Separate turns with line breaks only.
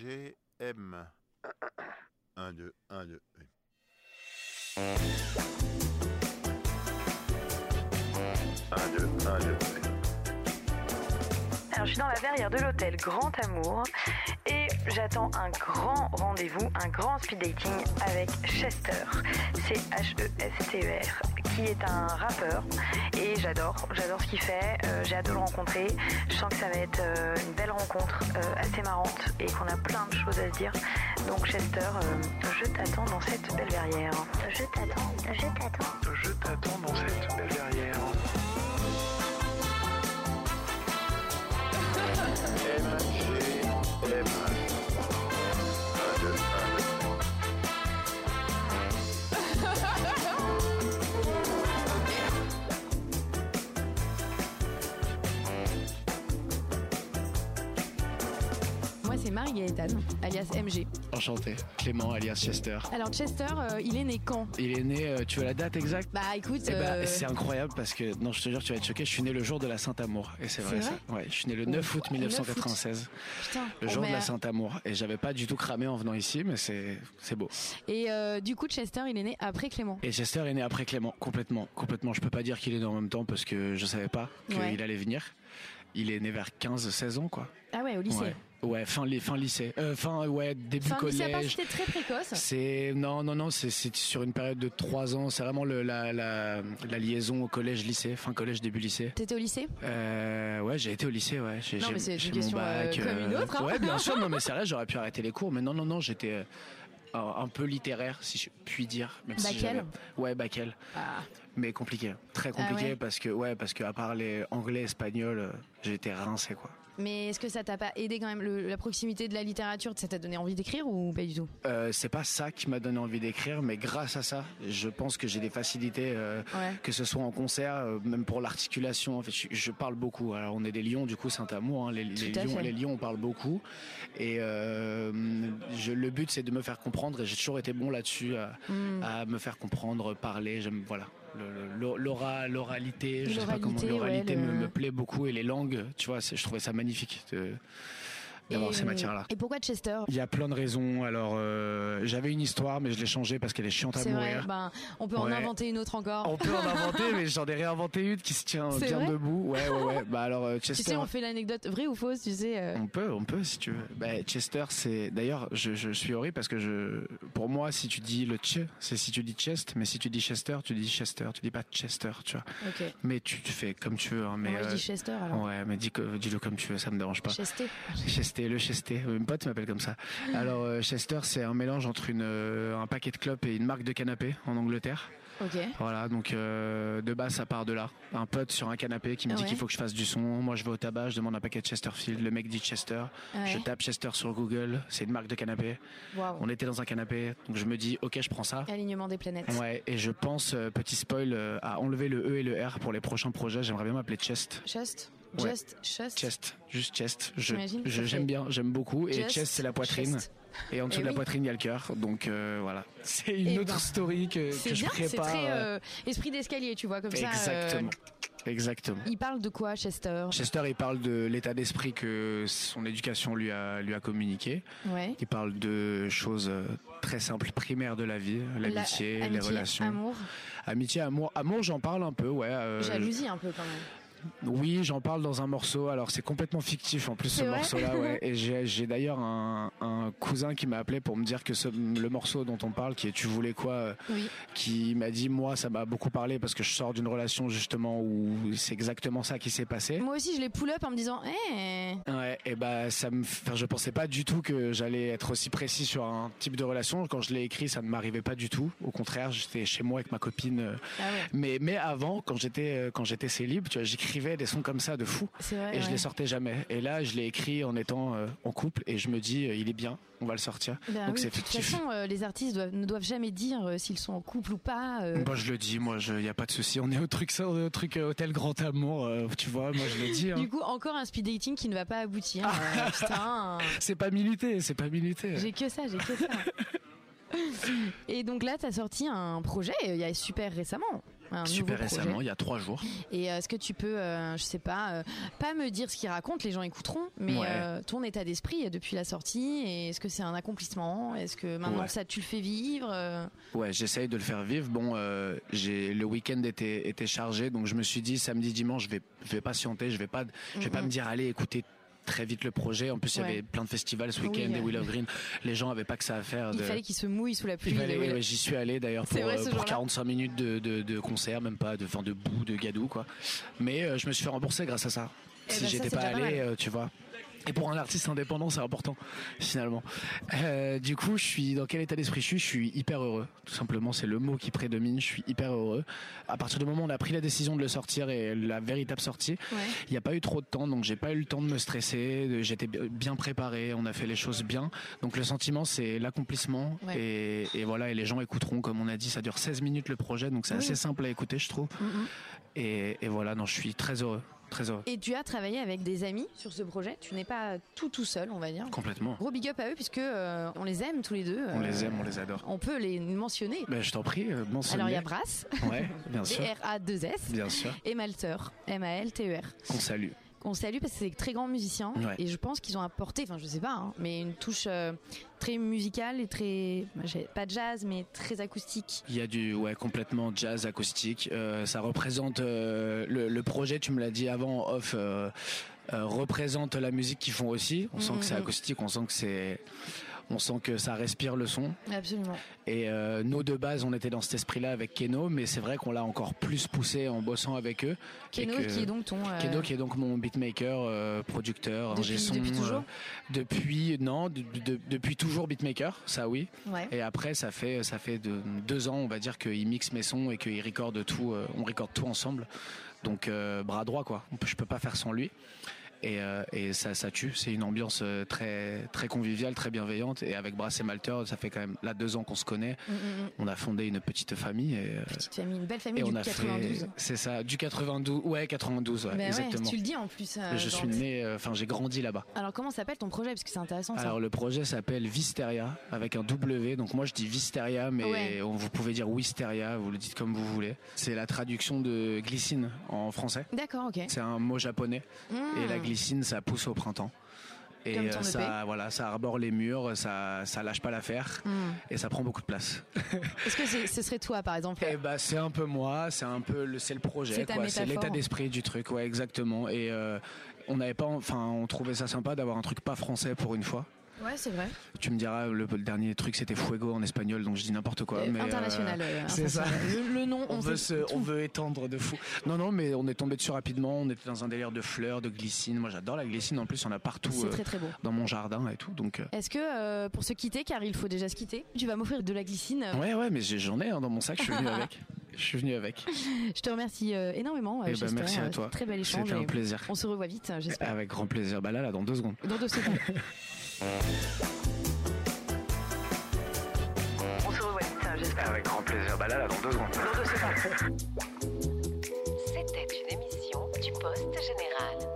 MGM. 1, 2, 1, 2. Un, deux, un, deux.
Alors, je suis dans la verrière de l'hôtel Grand Amour et j'attends un grand rendez-vous, un grand speed dating avec Chester, E C-H-E-S-T-E-R, qui est un rappeur et j'adore, j'adore ce qu'il fait, euh, j'ai hâte de le rencontrer. Je sens que ça va être euh, une belle rencontre euh, assez marrante et qu'on a plein de choses à se dire. Donc, Chester, euh, je t'attends dans cette belle verrière.
Je t'attends, je t'attends.
Je t'attends dans cette belle verrière.
MGM. 1, 2, 1, 2.
Moi, c'est Marie-Gaëtane, alias MG.
Enchanté, Clément alias Chester.
Alors, Chester, euh, il est né quand
Il est né, euh, tu veux la date exacte
Bah, écoute,
Eh ben,
euh,
c'est incroyable parce que, non, je te jure, tu vas être choqué, je suis né le jour de la Saint-Amour. Et c'est vrai,
C'est
ça. Ouais, je suis né le 9 août
Ouf,
1996,
putain,
le
on
jour de
m'a-
la Saint-Amour. Et j'avais pas du tout cramé en venant ici, mais c'est c'est beau.
Et euh, du coup, Chester, il est né après Clément.
Et Chester est né après Clément, complètement, complètement. Je peux pas dire qu'il est né en même temps parce que je savais pas qu'il
Ouais.
allait venir. Il est né vers 15-16 ans, quoi.
Ah ouais, au lycée.
Ouais, ouais fin, li- fin lycée. Euh, fin, ouais, début
Enfin, lycée, à part si
collège.
c'était très précoce.
C'est non non non c'est c'est sur une période de trois ans c'est vraiment le, la, la la liaison au collège lycée fin collège début lycée
T'étais au lycée
euh, ouais j'ai été au lycée ouais j'ai
Non,
j'ai-
mais c'est
j'ai
une
mon
question,
bac,
euh, comme une autre, hein.
ouais bien sûr non mais c'est vrai j'aurais pu arrêter les cours mais non non non j'étais euh, un un peu littéraire si je puis dire même si
Bac L
j'avais- ouais bac L
Ah.
mais compliqué très
Ah
compliqué
ouais.
parce que ouais parce que à part les anglais espagnol euh, j'étais rincé quoi
Mais est-ce que ça t'a pas aidé quand même le- la proximité de la littérature Ça t'a donné envie d'écrire ou pas du tout
Euh, c'est pas ça qui m'a donné envie d'écrire, mais grâce à ça, je pense que j'ai des facilités, euh,
Ouais.
que ce soit en concert, euh, même pour l'articulation. En fait, je, je parle beaucoup. Alors, on est des lions, du coup, c'est un amour. Hein. Les, les
Tout à
lions,
fait.
les lions, on parle beaucoup. Et euh, je, le but, c'est de me faire comprendre. Et j'ai toujours été bon là-dessus, à,
Hmm.
à me faire comprendre, parler. J'aime, voilà. le- le- l'aura- L'oralité, je sais pas comment
L'oralité, ouais,
l'oralité me,
le-
me plaît beaucoup et les langues, tu vois, c'est- je trouvais ça magnifique de- d'avoir
Et- euh,
ces matières-là.
Et pourquoi Chester
Il y a plein de raisons. Alors, euh, j'avais une histoire, mais je l'ai changée parce qu'elle est chiante à
C'est vrai,
mourir.
ben, on peut en
Ouais.
inventer une autre encore.
On peut en inventer, mais j'en ai réinventé une qui se tient
C'est
bien
vrai
debout. Ouais, ouais, ouais. Bah alors, euh, Chester.
Tu sais, on fait l'anecdote vraie ou fausse, tu sais. euh,
On peut, on peut si tu veux. Bah, Chester, c'est. D'ailleurs, je, je suis horrible parce que je. Pour moi, si tu dis le che, c'est si tu dis chest, mais si tu dis Chester, tu dis Chester, tu dis pas Chester, tu vois.
Ok.
Mais tu, tu fais comme tu veux. Hein, Mm. mais
Ah, Moi, je
euh,
dis Chester alors.
ouais, mais dis, que- dis-le comme tu veux, ça me dérange pas.
Chester.
Chester, le Chester, mon pote m'appelle comme ça. Alors euh, Chester, c'est un mélange entre une, euh, un paquet de clopes et une marque de canapé en Angleterre.
Ok.
Voilà, donc euh, de base ça part de là. Un pote sur un canapé qui me dit
Ouais.
qu'il faut que je fasse du son. Moi je vais au tabac, je demande un paquet de Chesterfield. Le mec dit Chester.
Ouais.
Je tape Chester sur Google. C'est une marque de canapé.
Waouh.
On était dans un canapé, donc je me dis ok je prends ça.
Alignement des planètes.
Ouais, et je pense euh, petit spoil euh, à enlever le E et le R pour les prochains projets. J'aimerais bien m'appeler Chest.
Chest.
Ouais.
Just. Chest.
Chest, juste chest. Je,
T'imagines,
je-
ça fait-
j'aime bien, j'aime beaucoup. Et
Just,
chest, c'est la poitrine.
chest.
Et en dessous
Eh
de la
oui.
poitrine, il y a le cœur. Donc euh, voilà. C'est une
Eh
autre
ben,
story que,
C'est
que je
bien, c'est
prépare.
très
euh,
euh, esprit d'escalier, tu vois, comme ça. euh,
exactement. Exactement.
il parle de quoi, Chester
Chester, il parle de l'état d'esprit que son éducation lui a, lui a communiqué.
Ouais.
Il parle de choses euh, très simples, primaires de la vie, l'amitié,
La-
les
amitié,
relations.
Amour.
Amitié, amour. Amour, j'en parle un peu, ouais. euh,
Jalousie un peu quand même.
Oui, j'en parle dans un morceau. Alors c'est complètement fictif en plus ce
C'est vrai
morceau-là. Ouais. Et j'ai j'ai d'ailleurs un, un cousin qui m'a appelé pour me dire que ce, le morceau dont on parle, qui est Tu voulais quoi, euh,
Oui.
qui m'a dit moi ça m'a beaucoup parlé parce que je sors d'une relation justement où c'est exactement ça qui s'est passé.
Moi aussi, je l'ai pull up en me disant, eh,
Ouais, et bah ça me, enfin, je pensais pas du tout que j'allais être aussi précis sur un type de relation. Quand je l'ai écrit, ça ne m'arrivait pas du tout. Au contraire, j'étais chez moi avec ma copine. euh,
Ah ouais,
Mais mais avant, quand j'étais euh, quand j'étais célib, tu vois, j'écrivais des sons comme ça de fou.
c'est vrai.
et je
ouais.
les sortais jamais. Et là, je l'ai écrit en étant euh, en couple et je me dis, euh, il est bien, on va le sortir.
Bah
Donc
oui,
c'est
de toute
fictif.
façon, euh, les artistes doivent- ne doivent jamais dire euh, s'ils sont en couple ou pas. euh.
Moi, je le dis, moi, il n'y a pas de souci. On est au truc, ça, on est au truc euh, hôtel Grand Amour, euh, tu vois, moi, je le dis. hein. Ah.
Du coup, encore un speed dating qui ne va pas aboutir. euh, putain,
C'est pas milité, c'est pas milité.
j'ai que ça, j'ai que ça. Et donc là, t'as sorti un projet, euh, il y a super récemment. un
super
nouveau projet.
récemment, il y a trois jours.
Et euh, est-ce que tu peux, euh, je sais pas, euh, pas me dire ce qu'il raconte, les gens écouteront, mais
Ouais.
euh, ton état d'esprit depuis la sortie, et est-ce que c'est un accomplissement Est-ce que maintenant
Ouais.
ça, tu le fais vivre euh,
Ouais, j'essaye de le faire vivre. Bon, euh, j'ai le week-end était, était chargé, donc je me suis dit samedi, dimanche, je vais, je vais patienter, je vais pas, je vais pas me dire allez, écoutez très vite le projet. En plus, il
Ouais.
y avait plein de festivals ce
Oui,
week-end, des
euh,
Will of Green. Les gens avaient pas que ça à faire.
Il
de-
fallait qu'il se mouille sous la pluie.
Il fallait-
oui.
ouais, J'y suis allé d'ailleurs
C'est
pour,
vrai,
euh,
ce
pour
jour-là
45 minutes de, de- de concert, même pas de, enfin, de boue, de gadou quoi. Mais euh, je me suis fait rembourser grâce à ça.
Eh
si
ben, ça,
j'étais
c'est
pas
déjà pas
allé,
mal.
euh, tu vois. Et pour un artiste indépendant, c'est important finalement. Euh, du coup, je suis dans quel état d'esprit je suis Je suis hyper heureux. Tout simplement, c'est le mot qui prédomine. Je suis hyper heureux. À partir du moment où on a pris la décision de le sortir et la véritable sortie,
Ouais.
il n'y a pas eu trop de temps, donc j'ai pas eu le temps de me stresser. de- J'étais bi- bien préparé, on a fait les choses bien. Donc le sentiment, c'est l'accomplissement.
Ouais.
Et, et voilà, et les gens écouteront, comme on a dit, ça dure 16 minutes le projet, donc c'est
Oui.
assez simple à écouter, je trouve.
Mhm.
Et, et voilà, non, je suis très heureux, très heureux,
Et tu as travaillé avec des amis sur ce projet. Tu n'es pas tout tout seul, on va dire.
complètement.
Gros big up à eux puisque euh, on les aime tous les deux.
On
euh,
les aime, on les adore.
On peut les mentionner.
Ben, je t'en prie, euh, mentionne-les.
Alors il y a Brass,
Ouais, bien sûr,
B-R-A-2-S,
bien sûr,
et Malter, M-A-L-T-E-R.
qu'on salue.
On E salue parce que c'est des très grands musiciens
Ouais.
et je pense qu'ils ont apporté, enfin je sais pas, hein, mais une touche euh, très musicale et très, bah, j'ai- pas jazz mais très acoustique.
Il y a du ouais complètement jazz acoustique. Euh, ça représente euh, le, le projet. Tu me l'as dit avant en off. euh, euh, représente la musique qu'ils font aussi. On sent
Mhm,
que c'est
mhm.
acoustique. On sent que c'est on sent que ça respire le son.
Absolument.
Et euh, nous de base, on était dans cet esprit-là avec Keno, mais c'est vrai qu'on l'a encore plus poussé en bossant avec eux. Et
Keno
que-
qui est donc ton. euh,
Keno qui est donc mon beatmaker, euh, producteur,
Depuis-
ingé son,
depuis
euh,
toujours
depuis non, de- de- depuis toujours beatmaker, ça oui.
ouais.
Et après, ça fait ça fait de- deux ans, on va dire, qu'il mixe mes sons et qu'il recorde tout. euh, on recorde tout ensemble. Donc euh, bras droit, quoi. On peut- Je peux pas faire sans lui. Et, euh, et ça, ça tue. C'est une ambiance euh, très très conviviale, très bienveillante. Et avec Brass et Malter, ça fait quand même là deux ans qu'on se connaît.
Mm, mm, mm.
On a fondé une petite famille. Et, euh,
Petite famille, une belle famille
et
du
on a
92.
fait, c'est ça, du 92, ouais, 92, ouais,
Ben ouais,
exactement.
tu le dis en plus. euh,
je
dans-
suis né, euh, enfin j'ai grandi là-bas.
Alors comment s'appelle ton projet parce que c'est intéressant ça.
Alors le projet s'appelle Visteria avec un W. Donc moi je dis Visteria, mais
Ouais.
on, vous pouvez dire Wisteria, vous le dites comme vous voulez. C'est la traduction de glycine en français.
D'accord, ok.
C'est un mot japonais et
Mm.
la glycine ça pousse au printemps. Et
Comme ton
euh, ça, voilà, ça arbore les murs, ça, ça lâche pas l'affaire
Mm.
et ça prend beaucoup de place.
Est-ce que c'est- ce serait toi par exemple
Eh ben, c'est un peu moi, c'est un peu le, c'est le projet,
C'est ta
quoi. C'est
métaphore.
l'état d'esprit du truc, ouais, exactement. Et euh, on n'avait pas, enfin, on trouvait ça sympa d'avoir un truc pas français pour une fois.
Ouais, c'est vrai.
Tu me diras, le, le dernier truc c'était Fuego en espagnol, donc je dis n'importe quoi.
Euh,
mais, euh,
international. euh,
c'est ça.
international. Le, le nom, on,
on, veut
sait
se-
tout.
on veut étendre de fou. Non, non, mais on est tombé dessus rapidement. On était dans un délire de fleurs, de glycine. Moi, j'adore la glycine. En plus, on a partout
C'est
euh,
très très beau.
dans mon jardin et tout. Donc, euh,
Est-ce que euh, pour se quitter, car il faut déjà se quitter, tu vas m'offrir de la glycine euh,
ouais, ouais, mais j'ai- j'en ai hein, dans mon sac. Je suis venu avec. Je suis venu avec.
Je te remercie euh, énormément. euh,
Eh ben,
Chester,
merci à
euh,
toi.
c'est un Très bel échange.
C'était un
et
plaisir.
On se revoit vite, euh, j'espère.
Avec grand plaisir. Bah là, là, dans deux secondes.
Dans deux secondes.
On se revoit vite, j'espère.
Avec grand plaisir. Bah là, là, dans deux secondes.
Dans deux secondes.
C'était une émission du Poste Général.